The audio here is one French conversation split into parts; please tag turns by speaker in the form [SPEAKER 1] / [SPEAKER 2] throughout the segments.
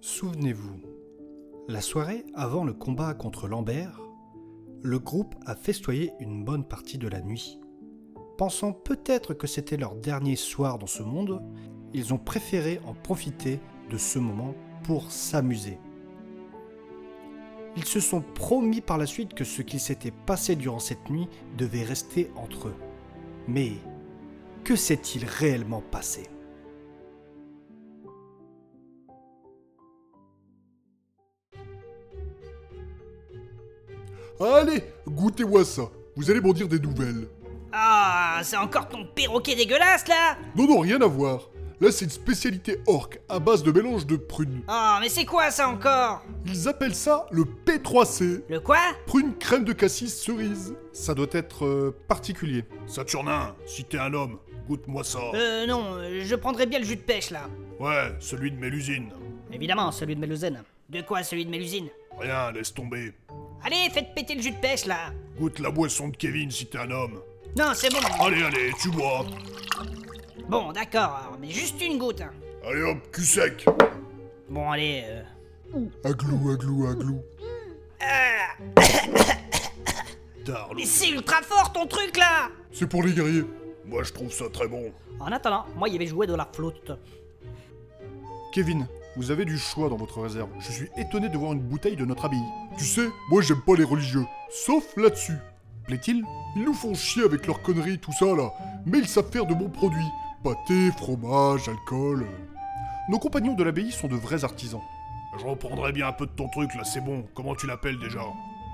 [SPEAKER 1] Souvenez-vous, la soirée avant le combat contre Lambert, le groupe a festoyé une bonne partie de la nuit. Pensant peut-être que c'était leur dernier soir dans ce monde, ils ont préféré en profiter de ce moment pour s'amuser. Ils se sont promis par la suite que ce qui s'était passé durant cette nuit devait rester entre eux. Mais que s'est-il réellement passé
[SPEAKER 2] Allez, goûtez-moi ça. Vous allez m'en dire des nouvelles.
[SPEAKER 3] Ah, c'est encore ton perroquet dégueulasse là
[SPEAKER 2] Non, non, rien à voir. Là, c'est une spécialité orque à base de mélange de prunes.
[SPEAKER 3] Oh, mais c'est quoi ça encore
[SPEAKER 2] Ils appellent ça le P3C.
[SPEAKER 3] Le quoi
[SPEAKER 2] Prune crème de cassis cerise. Ça doit être euh, particulier.
[SPEAKER 4] Saturnin, si t'es un homme, goûte-moi ça.
[SPEAKER 3] Euh, non, euh, je prendrais bien le jus de pêche là.
[SPEAKER 4] Ouais, celui de Mélusine.
[SPEAKER 3] Évidemment, celui de Mélusine. De quoi celui de Mélusine
[SPEAKER 4] Rien, laisse tomber.
[SPEAKER 3] Allez, faites péter le jus de pêche là
[SPEAKER 4] Goûte la boisson de Kevin si t'es un homme.
[SPEAKER 3] Non, c'est bon
[SPEAKER 4] Allez, allez, tu bois.
[SPEAKER 3] Bon, d'accord, alors, mais juste une goutte. hein.
[SPEAKER 4] Allez hop, cul sec.
[SPEAKER 3] Bon, allez. euh,
[SPEAKER 2] Aglou, aglou, aglou.
[SPEAKER 4] Darlou.
[SPEAKER 3] Mais c'est ultra fort ton truc là
[SPEAKER 2] C'est pour les guerriers.
[SPEAKER 4] Moi, je trouve ça très bon.
[SPEAKER 3] En attendant, moi il y avait joué de la flûte.
[SPEAKER 2] Kevin, vous avez du choix dans votre réserve. Je suis étonné de voir une bouteille de notre abbaye. Tu sais, moi j'aime pas les religieux, sauf là-dessus. Plaît-il Ils nous font chier avec leurs conneries, tout ça là, mais ils savent faire de bons produits. Pâté, fromage, alcool. euh. Nos compagnons de l'abbaye sont de vrais artisans.
[SPEAKER 4] Je reprendrai bien un peu de ton truc là, c'est bon. Comment tu l'appelles déjà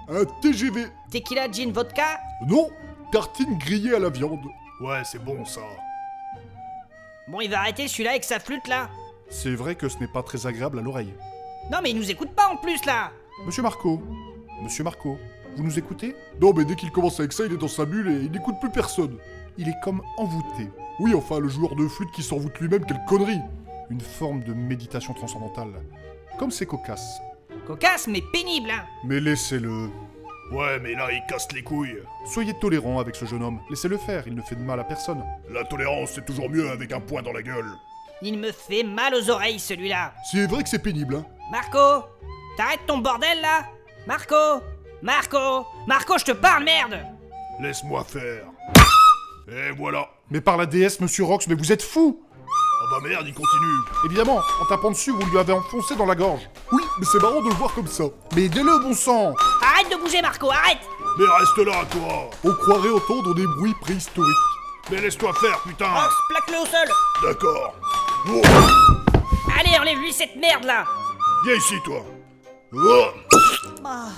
[SPEAKER 2] Un TGV
[SPEAKER 3] Tequila, gin, vodka
[SPEAKER 2] Non Tartine grillée à la viande.
[SPEAKER 4] Ouais, c'est bon ça.
[SPEAKER 3] Bon, il va arrêter celui-là avec sa flûte là
[SPEAKER 2] C'est vrai que ce n'est pas très agréable à l'oreille.
[SPEAKER 3] Non, mais il nous écoute pas en plus là
[SPEAKER 2] Monsieur Marco Monsieur Marco, vous nous écoutez Non, mais dès qu'il commence avec ça, il est dans sa bulle et il n'écoute plus personne. Il est comme envoûté. Oui, enfin, le joueur de flûte qui s'envoûte lui-même, quelle connerie Une forme de méditation transcendantale. Comme c'est cocasse.
[SPEAKER 3] Cocasse, mais pénible hein
[SPEAKER 2] Mais laissez-le.
[SPEAKER 4] Ouais, mais là, il casse les couilles.
[SPEAKER 2] Soyez tolérant avec ce jeune homme. Laissez-le faire, il ne fait de mal à personne.
[SPEAKER 4] La tolérance, c'est toujours mieux avec un point dans la gueule.
[SPEAKER 3] Il me fait mal aux oreilles celui-là
[SPEAKER 2] C'est vrai que c'est pénible, hein
[SPEAKER 3] Marco T'arrêtes ton bordel là Marco Marco Marco, je te parle, merde
[SPEAKER 4] Laisse-moi faire. Et voilà.
[SPEAKER 2] Mais par la déesse, monsieur Rox, mais vous êtes fou
[SPEAKER 4] Ah bah merde, il continue.
[SPEAKER 2] Évidemment, en tapant dessus, vous lui avez enfoncé dans la gorge. Oui, mais c'est marrant de le voir comme ça. Mais aidez-le, bon sang
[SPEAKER 3] Arrête de bouger, Marco, arrête
[SPEAKER 4] Mais reste là, toi
[SPEAKER 2] On croirait entendre des bruits préhistoriques.
[SPEAKER 4] Mais laisse-toi faire, putain
[SPEAKER 3] Rox, Oh, plaque-le au sol
[SPEAKER 4] D'accord. Oh.
[SPEAKER 3] Allez, enlève-lui cette merde là
[SPEAKER 4] Viens ici, toi Oh.
[SPEAKER 3] Ah,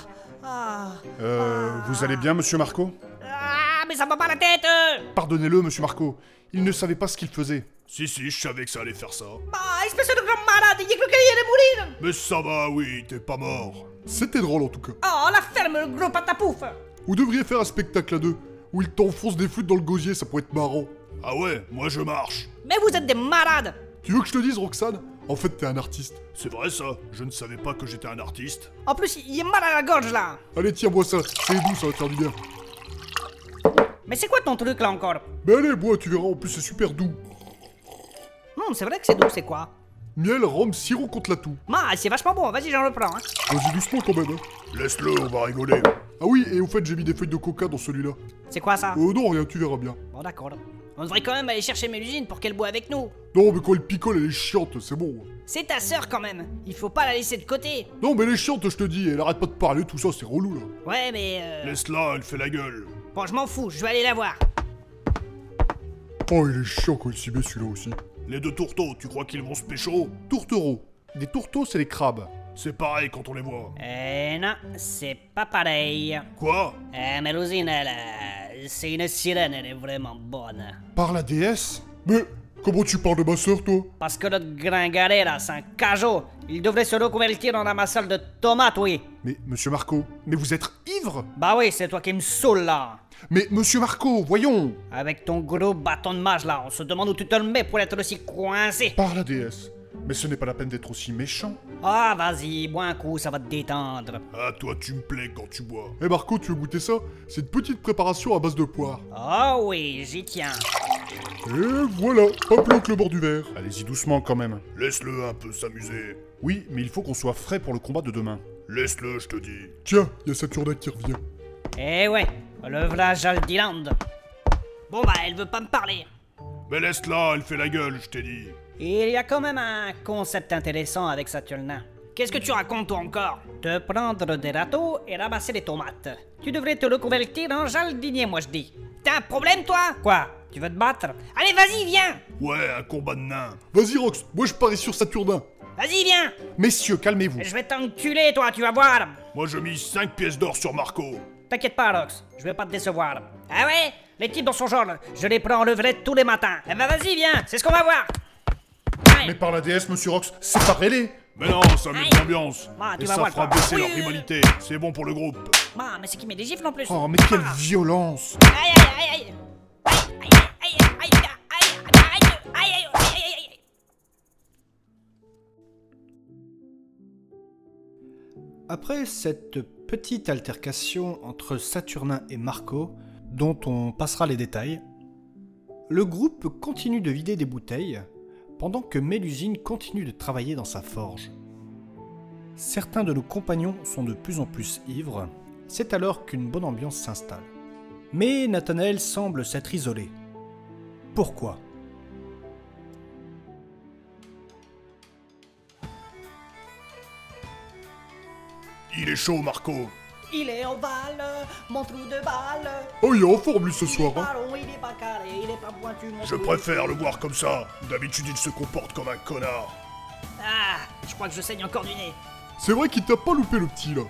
[SPEAKER 2] Euh, vous allez bien, monsieur Marco
[SPEAKER 3] Ah, mais ça me va pas la tête euh.
[SPEAKER 2] Pardonnez-le, monsieur Marco. Il ne savait pas ce qu'il faisait.
[SPEAKER 4] Si, si, je savais que ça allait faire ça.
[SPEAKER 3] Ah, espèce de grand malade, il y a que le cahier de mourir
[SPEAKER 4] Mais ça va, oui, t'es pas mort.
[SPEAKER 2] C'était drôle en tout cas.
[SPEAKER 3] Oh, la ferme, le gros patapouf
[SPEAKER 2] Vous devriez faire un spectacle à deux, où il t'enfonce des flûtes dans le gosier, ça pourrait être marrant.
[SPEAKER 4] Ah ouais, moi je marche.
[SPEAKER 3] Mais vous êtes des malades
[SPEAKER 2] Tu veux que je te dise, Roxane En fait, t'es un artiste.
[SPEAKER 4] C'est vrai ça, je ne savais pas que j'étais un artiste.
[SPEAKER 3] En plus, il est mal à la gorge là
[SPEAKER 2] Allez, tiens-moi ça, c'est doux, ça va te faire du bien.
[SPEAKER 3] Mais c'est quoi ton truc là encore
[SPEAKER 2] Mais allez, bois, tu verras, en plus c'est super doux.
[SPEAKER 3] Hum, c'est vrai que c'est doux, c'est quoi
[SPEAKER 2] Miel, rhum, sirop contre la toux.
[SPEAKER 3] Ah, c'est vachement bon, vas-y, j'en reprends. Hein.
[SPEAKER 2] Vas-y doucement quand même. hein.
[SPEAKER 4] Laisse-le, on va rigoler.
[SPEAKER 2] Ah oui, et au fait, j'ai mis des feuilles de coca dans celui-là.
[SPEAKER 3] C'est quoi ça
[SPEAKER 2] Oh non, rien, tu verras bien.
[SPEAKER 3] Bon, d'accord. On devrait quand même aller chercher Mélusine pour qu'elle boit avec nous.
[SPEAKER 2] Non, mais quand elle picole, elle est chiante, c'est bon.
[SPEAKER 3] C'est ta sœur quand même, il faut pas la laisser de côté.
[SPEAKER 2] Non, mais elle est chiante, je te dis, elle arrête pas de parler, tout ça, c'est relou là.
[SPEAKER 3] Ouais, mais. euh,
[SPEAKER 4] Laisse-la, elle fait la gueule.
[SPEAKER 3] Bon, je m'en fous, je vais aller la voir.
[SPEAKER 2] Oh, il est chiant quand il s'y met celui-là aussi.
[SPEAKER 4] Les deux tourteaux, tu crois qu'ils vont se pécho
[SPEAKER 2] Tourtereaux. Des tourteaux, c'est les crabes.
[SPEAKER 4] C'est pareil quand on les voit.
[SPEAKER 3] Euh, non, c'est pas pareil.
[SPEAKER 4] Quoi
[SPEAKER 3] Euh, Mélusine, elle. euh, c'est une sirène, elle est vraiment bonne.
[SPEAKER 2] Par la déesse Mais comment tu parles de ma sœur, toi
[SPEAKER 3] Parce que notre gringalet là, c'est un cajot. Il devrait se reconvertir en ramasseur de tomates, oui.
[SPEAKER 2] Mais monsieur Marco, mais vous êtes ivre
[SPEAKER 3] Bah oui, c'est toi qui me saoule là.
[SPEAKER 2] Mais monsieur Marco, voyons
[SPEAKER 3] Avec ton gros bâton de mage là, on se demande où tu te le mets pour être aussi coincé.
[SPEAKER 2] Par la déesse. Mais ce n'est pas la peine d'être aussi méchant.
[SPEAKER 3] Ah, vas-y, bois un coup, ça va te détendre.
[SPEAKER 4] Ah, toi, tu me plais quand tu bois.
[SPEAKER 2] Eh Marco, tu veux goûter ça C'est une petite préparation à base de poire.
[SPEAKER 3] Oh oui, j'y tiens.
[SPEAKER 2] Et voilà, hop l'oncle au bord du verre. Allez-y doucement quand même.
[SPEAKER 4] Laisse-le un peu s'amuser.
[SPEAKER 2] Oui, mais il faut qu'on soit frais pour le combat de demain.
[SPEAKER 4] Laisse-le, je te dis.
[SPEAKER 2] Tiens, il y a Saturna qui revient.
[SPEAKER 3] Eh ouais, le voilà Jaldiland. Bon bah, elle veut pas me parler.
[SPEAKER 4] Mais laisse-la, elle fait la gueule, je t'ai dit.
[SPEAKER 3] Il y a quand même un concept intéressant avec Saturnat. Qu'est-ce que tu racontes toi encore Te prendre des râteaux et ramasser des tomates. Tu devrais te reconvertir en jardinier, moi je dis. T'as un problème toi Quoi Tu veux te battre Allez, vas-y, viens
[SPEAKER 4] Ouais, un combat de nains.
[SPEAKER 2] Vas-y Rox, moi je parie sur Saturnin.
[SPEAKER 3] Vas-y, viens
[SPEAKER 2] Messieurs, calmez-vous.
[SPEAKER 3] Je vais t'enculer toi, tu vas voir
[SPEAKER 4] Moi, je mise 5 pièces d'or sur Marco.
[SPEAKER 3] T'inquiète pas, Rox, je vais pas te décevoir. Ah ouais Les types dans son genre, je les prends en levrette tous les matins. Eh ben vas-y, viens, c'est ce qu'on va voir Ouais.
[SPEAKER 2] Mais par la déesse, monsieur Rox, séparez-les.
[SPEAKER 4] Mais non, ça met de l'ambiance.
[SPEAKER 3] Ah, tu
[SPEAKER 4] Et
[SPEAKER 3] vas
[SPEAKER 4] ça
[SPEAKER 3] voir,
[SPEAKER 4] fera
[SPEAKER 3] toi.
[SPEAKER 4] baisser
[SPEAKER 3] Oui,
[SPEAKER 4] leur
[SPEAKER 3] oui, oui.
[SPEAKER 4] rivalité. C'est bon pour le groupe.
[SPEAKER 3] Ah, mais c'est qui met des gifles en plus Ah.
[SPEAKER 2] Oh, mais quelle violence.
[SPEAKER 3] Aïe aïe aïe aïe Aïe aïe aïe aïe aïe aïe aïe aïe aïe aïe aïe
[SPEAKER 1] Après cette petite altercation entre Saturnin et Marco, dont on passera les détails, le groupe continue de vider des bouteilles pendant que Mélusine continue de travailler dans sa forge. Certains de nos compagnons sont de plus en plus ivres, c'est alors qu'une bonne ambiance s'installe. Mais Nathanaël semble s'être isolé. Pourquoi
[SPEAKER 4] Il est chaud, Marco.
[SPEAKER 5] Il est en balle, mon trou de balle.
[SPEAKER 2] Oh, il est en forme lui ce
[SPEAKER 5] Il est
[SPEAKER 2] soir. hein?
[SPEAKER 5] pas rond, il est pas carré, il est pas pointu. mon
[SPEAKER 4] Je
[SPEAKER 5] trou de
[SPEAKER 4] préfère le voir comme ça. D'habitude, il se comporte comme un connard.
[SPEAKER 3] Ah, je crois que je saigne encore du nez.
[SPEAKER 2] C'est vrai qu'il t'a pas loupé le petit là.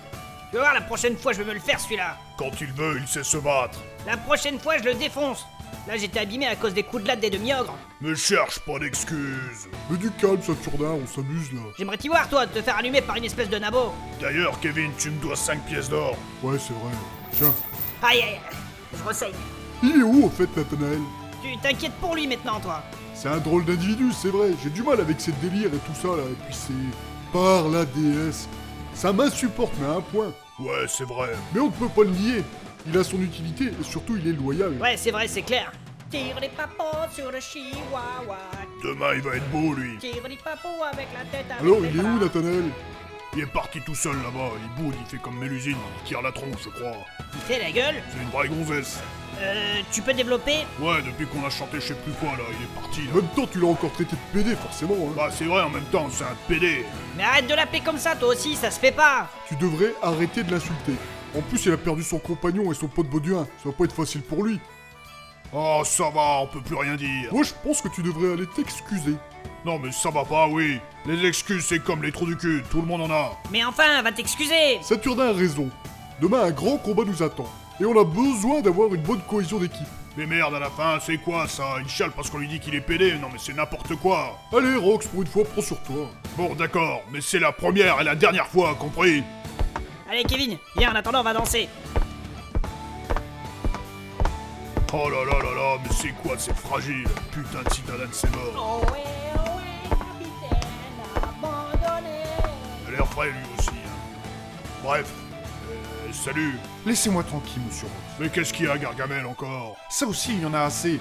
[SPEAKER 3] Tu vas voir, la prochaine fois, je vais me le faire celui-là.
[SPEAKER 4] Quand il veut, il sait se battre.
[SPEAKER 3] La prochaine fois, je le défonce. Là, j'étais abîmé à cause des coups de latte des demi-ogres.
[SPEAKER 4] Me cherche pas d'excuses.
[SPEAKER 2] Mais du calme, Saturnin, on s'amuse là.
[SPEAKER 3] J'aimerais t'y voir, toi, de te faire allumer par une espèce de nabo.
[SPEAKER 4] D'ailleurs, Kevin, tu me dois 5 pièces d'or.
[SPEAKER 2] Ouais, c'est vrai. Tiens.
[SPEAKER 3] Aïe, aïe, aïe, je ressaigne.
[SPEAKER 2] Il est où en fait, Nathanaël
[SPEAKER 3] Tu t'inquiètes pour lui maintenant, toi.
[SPEAKER 2] C'est un drôle d'individu, c'est vrai. J'ai du mal avec ses délires et tout ça là. Et puis c'est. Par la déesse. Ça m'insupporte, mais à un point.
[SPEAKER 4] Ouais, c'est vrai.
[SPEAKER 2] Mais on ne peut pas le nier. Il a son utilité et surtout il est loyal.
[SPEAKER 3] Ouais, c'est vrai, c'est clair.
[SPEAKER 5] Tire les papos sur le chihuahua.
[SPEAKER 4] Demain, il va être beau, lui.
[SPEAKER 5] Tire les papos avec la tête avec
[SPEAKER 2] Alors
[SPEAKER 5] les
[SPEAKER 2] il est
[SPEAKER 5] bras.
[SPEAKER 2] où Nathanaël
[SPEAKER 4] Il est parti tout seul là-bas. Il boude, il fait comme Mélusine. Il tire la tronche, je crois.
[SPEAKER 3] Il fait la gueule.
[SPEAKER 4] C'est une vraie gonzesse.
[SPEAKER 3] Euh, tu peux développer
[SPEAKER 4] Ouais, depuis qu'on a chanté je sais plus quoi, là, il est parti.
[SPEAKER 2] En
[SPEAKER 4] là.
[SPEAKER 2] même temps tu l'as encore traité de PD forcément. Hein.
[SPEAKER 4] Bah, c'est vrai, en même temps, c'est un PD.
[SPEAKER 3] Mais arrête de l'appeler comme ça, toi aussi, ça se fait pas.
[SPEAKER 2] Tu devrais arrêter de l'insulter. En plus il a perdu son compagnon et son pote Bauduin. Ça va pas être facile pour lui.
[SPEAKER 4] Oh, ça va, on peut plus rien dire.
[SPEAKER 2] Moi je pense que tu devrais aller t'excuser.
[SPEAKER 4] Non, mais ça va pas, oui. Les excuses, c'est comme les trous du cul, tout le monde en a.
[SPEAKER 3] Mais enfin, va t'excuser.
[SPEAKER 2] Saturnin a raison. Demain un grand combat nous attend. Et on a besoin d'avoir une bonne cohésion d'équipe.
[SPEAKER 4] Mais merde, à la fin, c'est quoi ça Il chiale parce qu'on lui dit qu'il est PD Non, mais c'est n'importe quoi.
[SPEAKER 2] Allez Rox, pour une fois prends sur toi.
[SPEAKER 4] Bon, d'accord, mais c'est la première et la dernière fois, compris
[SPEAKER 3] Allez, Kevin, viens, en attendant, on va danser.
[SPEAKER 4] Oh là là là là, mais c'est quoi, c'est fragile. Putain de citadin de c'est mort.
[SPEAKER 5] Oh ouais, oh ouais, capitaine abandonné.
[SPEAKER 4] Il a l'air frais, lui aussi. hein. Bref, euh, salut.
[SPEAKER 2] Laissez-moi tranquille, monsieur Rox.
[SPEAKER 4] Mais qu'est-ce qu'il y a, Gargamel, encore
[SPEAKER 2] Ça aussi, il y en a assez.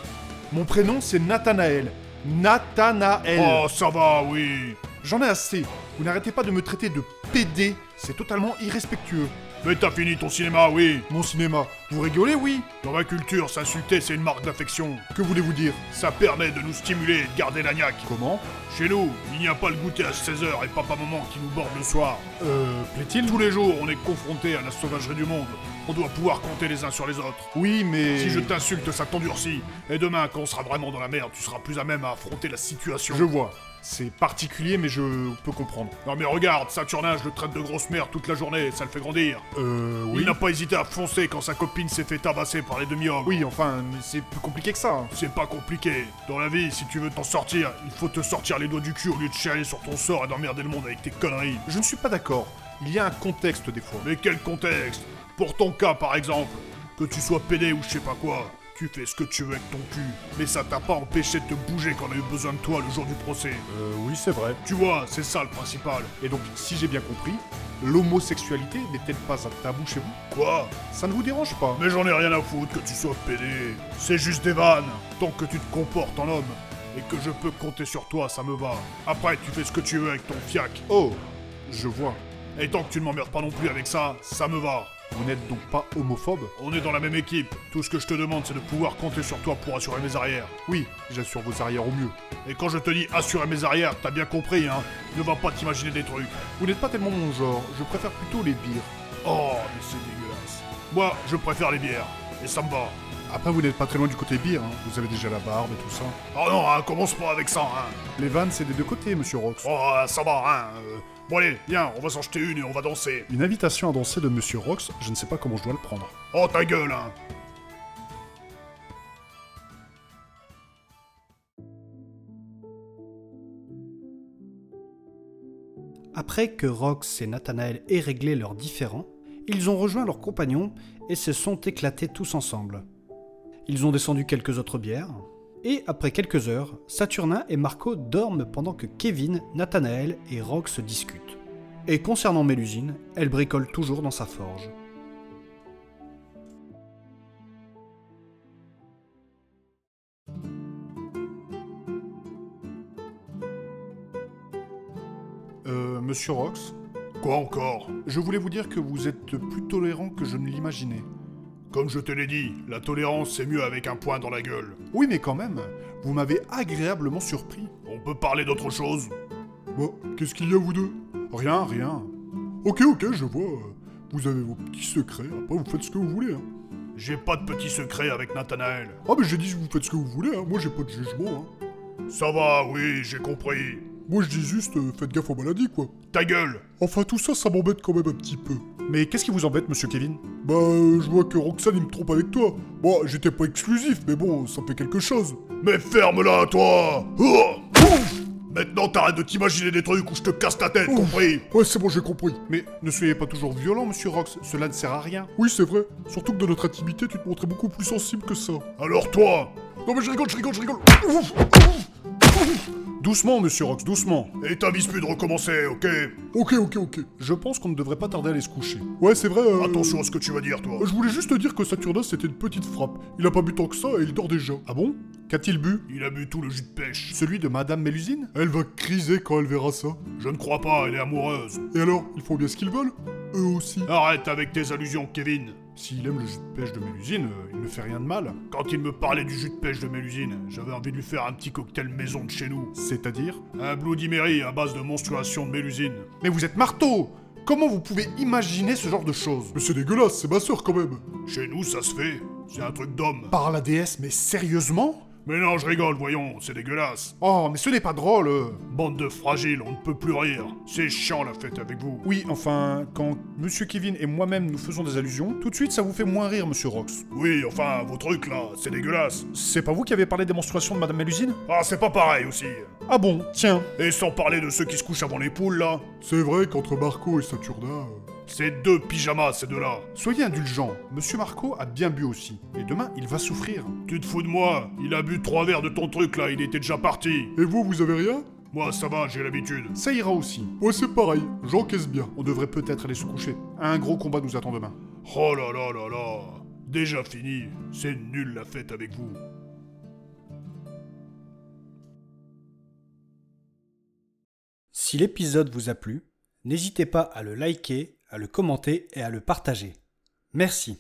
[SPEAKER 2] Mon prénom, c'est Nathanaël. Nathanaël.
[SPEAKER 4] Oh, ça va, oui.
[SPEAKER 2] J'en ai assez. Vous n'arrêtez pas de me traiter de PD. C'est totalement irrespectueux.
[SPEAKER 4] Mais t'as fini ton cinéma, oui.
[SPEAKER 2] Mon cinéma. Vous rigolez, oui
[SPEAKER 4] Dans ma culture, s'insulter, c'est une marque d'affection.
[SPEAKER 2] Que voulez-vous dire
[SPEAKER 4] Ça permet de nous stimuler et de garder la gnaque.
[SPEAKER 2] Comment
[SPEAKER 4] Chez nous, il n'y a pas le goûter à 16h et papa-maman qui nous borde le soir.
[SPEAKER 2] Euh, plaît-il
[SPEAKER 4] Tous les jours, on est confronté à la sauvagerie du monde. On doit pouvoir compter les uns sur les autres.
[SPEAKER 2] Oui, mais.
[SPEAKER 4] Si je t'insulte, ça t'endurcit. Et demain, quand on sera vraiment dans la merde, tu seras plus à même à affronter la situation.
[SPEAKER 2] Je vois. C'est particulier, mais je peux comprendre.
[SPEAKER 4] Non mais regarde, Saturnin, je le traite de grosse merde toute la journée, ça le fait grandir.
[SPEAKER 2] Euh,
[SPEAKER 4] Il n'a pas hésité à foncer quand sa copine s'est fait tabasser par les demi-hommes.
[SPEAKER 2] Oui, enfin, mais c'est plus compliqué que ça. hein.
[SPEAKER 4] C'est pas compliqué. Dans la vie, si tu veux t'en sortir, il faut te sortir les doigts du cul au lieu de chialer sur ton sort et d'emmerder le monde avec tes conneries.
[SPEAKER 2] Je ne suis pas d'accord. Il y a un contexte des fois.
[SPEAKER 4] Mais quel contexte Pour ton cas, par exemple, que tu sois pédé ou je sais pas quoi, tu fais ce que tu veux avec ton cul. Mais ça t'a pas empêché de te bouger quand on a eu besoin de toi le jour du procès.
[SPEAKER 2] Euh, oui, c'est vrai.
[SPEAKER 4] Tu vois, c'est ça le principal.
[SPEAKER 2] Et donc, si j'ai bien compris, l'homosexualité n'est-elle pas un tabou chez vous
[SPEAKER 4] Quoi
[SPEAKER 2] Ça ne vous dérange pas
[SPEAKER 4] Mais j'en ai rien à foutre que tu sois pédé. C'est juste des vannes. Tant que tu te comportes en homme et que je peux compter sur toi, ça me va. Après, tu fais ce que tu veux avec ton fiac.
[SPEAKER 2] Oh, je vois.
[SPEAKER 4] Et tant que tu ne m'emmerdes pas non plus avec ça, ça me va.
[SPEAKER 2] Vous n'êtes donc pas homophobe
[SPEAKER 4] On est dans la même équipe. Tout ce que je te demande, c'est de pouvoir compter sur toi pour assurer mes arrières.
[SPEAKER 2] Oui, j'assure vos arrières au mieux.
[SPEAKER 4] Et quand je te dis assurer mes arrières, t'as bien compris, hein Ne va pas t'imaginer des trucs.
[SPEAKER 2] Vous n'êtes pas tellement mon genre, je préfère plutôt les bières.
[SPEAKER 4] Oh, mais c'est dégueulasse. Moi, je préfère les bières. Et ça me va.
[SPEAKER 2] Après, vous n'êtes pas très loin du côté bière, hein. vous avez déjà la barbe et tout ça.
[SPEAKER 4] Oh non, hein, commence pas avec ça, hein
[SPEAKER 2] Les vannes, c'est des deux côtés, monsieur Rox.
[SPEAKER 4] Oh, euh, ça va, hein euh, Bon allez, viens, on va s'en jeter une et on va danser.
[SPEAKER 2] Une invitation à danser de monsieur Rox, je ne sais pas comment je dois le prendre.
[SPEAKER 4] Oh, ta gueule, hein
[SPEAKER 1] Après que Rox et Nathanael aient réglé leurs différends, ils ont rejoint leurs compagnons et se sont éclatés tous ensemble. Ils ont descendu quelques autres bières, et après quelques heures, Saturnin et Marco dorment pendant que Kevin, Nathanael et Rox discutent. Et concernant Mélusine, elle bricole toujours dans sa forge.
[SPEAKER 2] Euh, monsieur Rox,
[SPEAKER 4] Quoi encore
[SPEAKER 2] je voulais vous dire que vous êtes plus tolérant que je ne l'imaginais.
[SPEAKER 4] Comme je te l'ai dit, la tolérance c'est mieux avec un point dans la gueule.
[SPEAKER 2] Oui, mais quand même, vous m'avez agréablement surpris.
[SPEAKER 4] On peut parler d'autre chose
[SPEAKER 2] Bon, qu'est-ce qu'il y a, vous deux Rien, rien. Ok, ok, je vois. Vous avez vos petits secrets, après vous faites ce que vous voulez. Hein.
[SPEAKER 4] J'ai pas de petits secrets avec Nathanaël.
[SPEAKER 2] Ah, mais j'ai dit vous faites ce que vous voulez, hein. moi j'ai pas de jugement. Hein.
[SPEAKER 4] Ça va, oui, j'ai compris.
[SPEAKER 2] Moi je dis juste, euh, faites gaffe aux maladies, quoi.
[SPEAKER 4] Ta gueule
[SPEAKER 2] Enfin, tout ça, ça m'embête quand même un petit peu. Mais qu'est-ce qui vous embête, monsieur Kevin Bah, euh, je vois que Roxane, il me trompe avec toi. Moi, j'étais pas exclusif, mais bon, ça fait quelque chose.
[SPEAKER 4] Mais ferme-la, toi Oh Ouf Maintenant t'arrêtes de t'imaginer des trucs où je te casse ta tête,
[SPEAKER 2] Ouf.
[SPEAKER 4] compris
[SPEAKER 2] Ouais, c'est bon, j'ai compris. Mais ne soyez pas toujours violent, monsieur Rox, cela ne sert à rien. Oui, c'est vrai. Surtout que dans notre intimité, tu te montrais beaucoup plus sensible que ça.
[SPEAKER 4] Alors toi
[SPEAKER 2] Non, mais je rigole, je rigole, je rigole. Ouf, ouf, ouf. Doucement, monsieur Rox, doucement.
[SPEAKER 4] Et t'avises plus de recommencer, ok
[SPEAKER 2] Ok, ok, ok. Je pense qu'on ne devrait pas tarder à aller se coucher. Ouais, c'est vrai. euh,
[SPEAKER 4] Attention à ce que tu vas dire, toi.
[SPEAKER 2] Je voulais juste te dire que Saturnin, c'était une petite frappe. Il a pas bu tant que ça et il dort déjà. Ah bon Qu'a-t-il bu
[SPEAKER 4] Il a bu tout le jus de pêche.
[SPEAKER 2] Celui de Madame Mélusine Elle va criser quand elle verra ça.
[SPEAKER 4] Je ne crois pas, elle est amoureuse.
[SPEAKER 2] Et alors, ils font bien ce qu'ils veulent Eux aussi. Ah,
[SPEAKER 4] Arrête avec tes allusions, Kevin.
[SPEAKER 2] S'il aime le jus de pêche de Mélusine, euh, il ne fait rien de mal.
[SPEAKER 4] Quand il me parlait du jus de pêche de Mélusine, j'avais envie de lui faire un petit cocktail maison de chez nous.
[SPEAKER 2] C'est-à-dire
[SPEAKER 4] Un Bloody Mary à base de menstruation de Mélusine.
[SPEAKER 2] Mais vous êtes marteau Comment vous pouvez imaginer ce genre de choses Mais c'est dégueulasse, c'est ma sœur quand même
[SPEAKER 4] Chez nous, ça se fait. C'est un truc d'homme.
[SPEAKER 2] Par la déesse, mais sérieusement
[SPEAKER 4] Mais non, je rigole, voyons, c'est dégueulasse.
[SPEAKER 2] Oh, mais ce n'est pas drôle euh.
[SPEAKER 4] Bande de fragiles, on ne peut plus rire. C'est chiant la fête avec vous.
[SPEAKER 2] Oui, enfin, quand Monsieur Kevin et moi-même nous faisons des allusions, tout de suite ça vous fait moins rire, Monsieur Rox.
[SPEAKER 4] Oui, enfin, vos trucs là, c'est dégueulasse.
[SPEAKER 2] C'est pas vous qui avez parlé des menstruations de Madame Mélusine
[SPEAKER 4] Ah, c'est pas pareil aussi.
[SPEAKER 2] Ah bon, tiens.
[SPEAKER 4] Et sans parler de ceux qui se couchent avant les poules là.
[SPEAKER 2] C'est vrai qu'entre Marco et euh, Saturnin...
[SPEAKER 4] C'est deux pyjamas ces deux-là.
[SPEAKER 2] Soyez indulgent, Monsieur Marco a bien bu aussi, et demain il va souffrir.
[SPEAKER 4] Tu te fous de moi Il a bu trois verres de ton truc là, il était déjà parti.
[SPEAKER 2] Et vous, vous avez rien
[SPEAKER 4] Moi, ça va, j'ai l'habitude.
[SPEAKER 2] Ça ira aussi. Ouais, c'est pareil, j'encaisse bien. On devrait peut-être aller se coucher. Un gros combat nous attend demain.
[SPEAKER 4] Oh là là là là. Déjà fini. C'est nul la fête avec vous.
[SPEAKER 1] Si l'épisode vous a plu, n'hésitez pas à le liker, à le commenter et à le partager. Merci.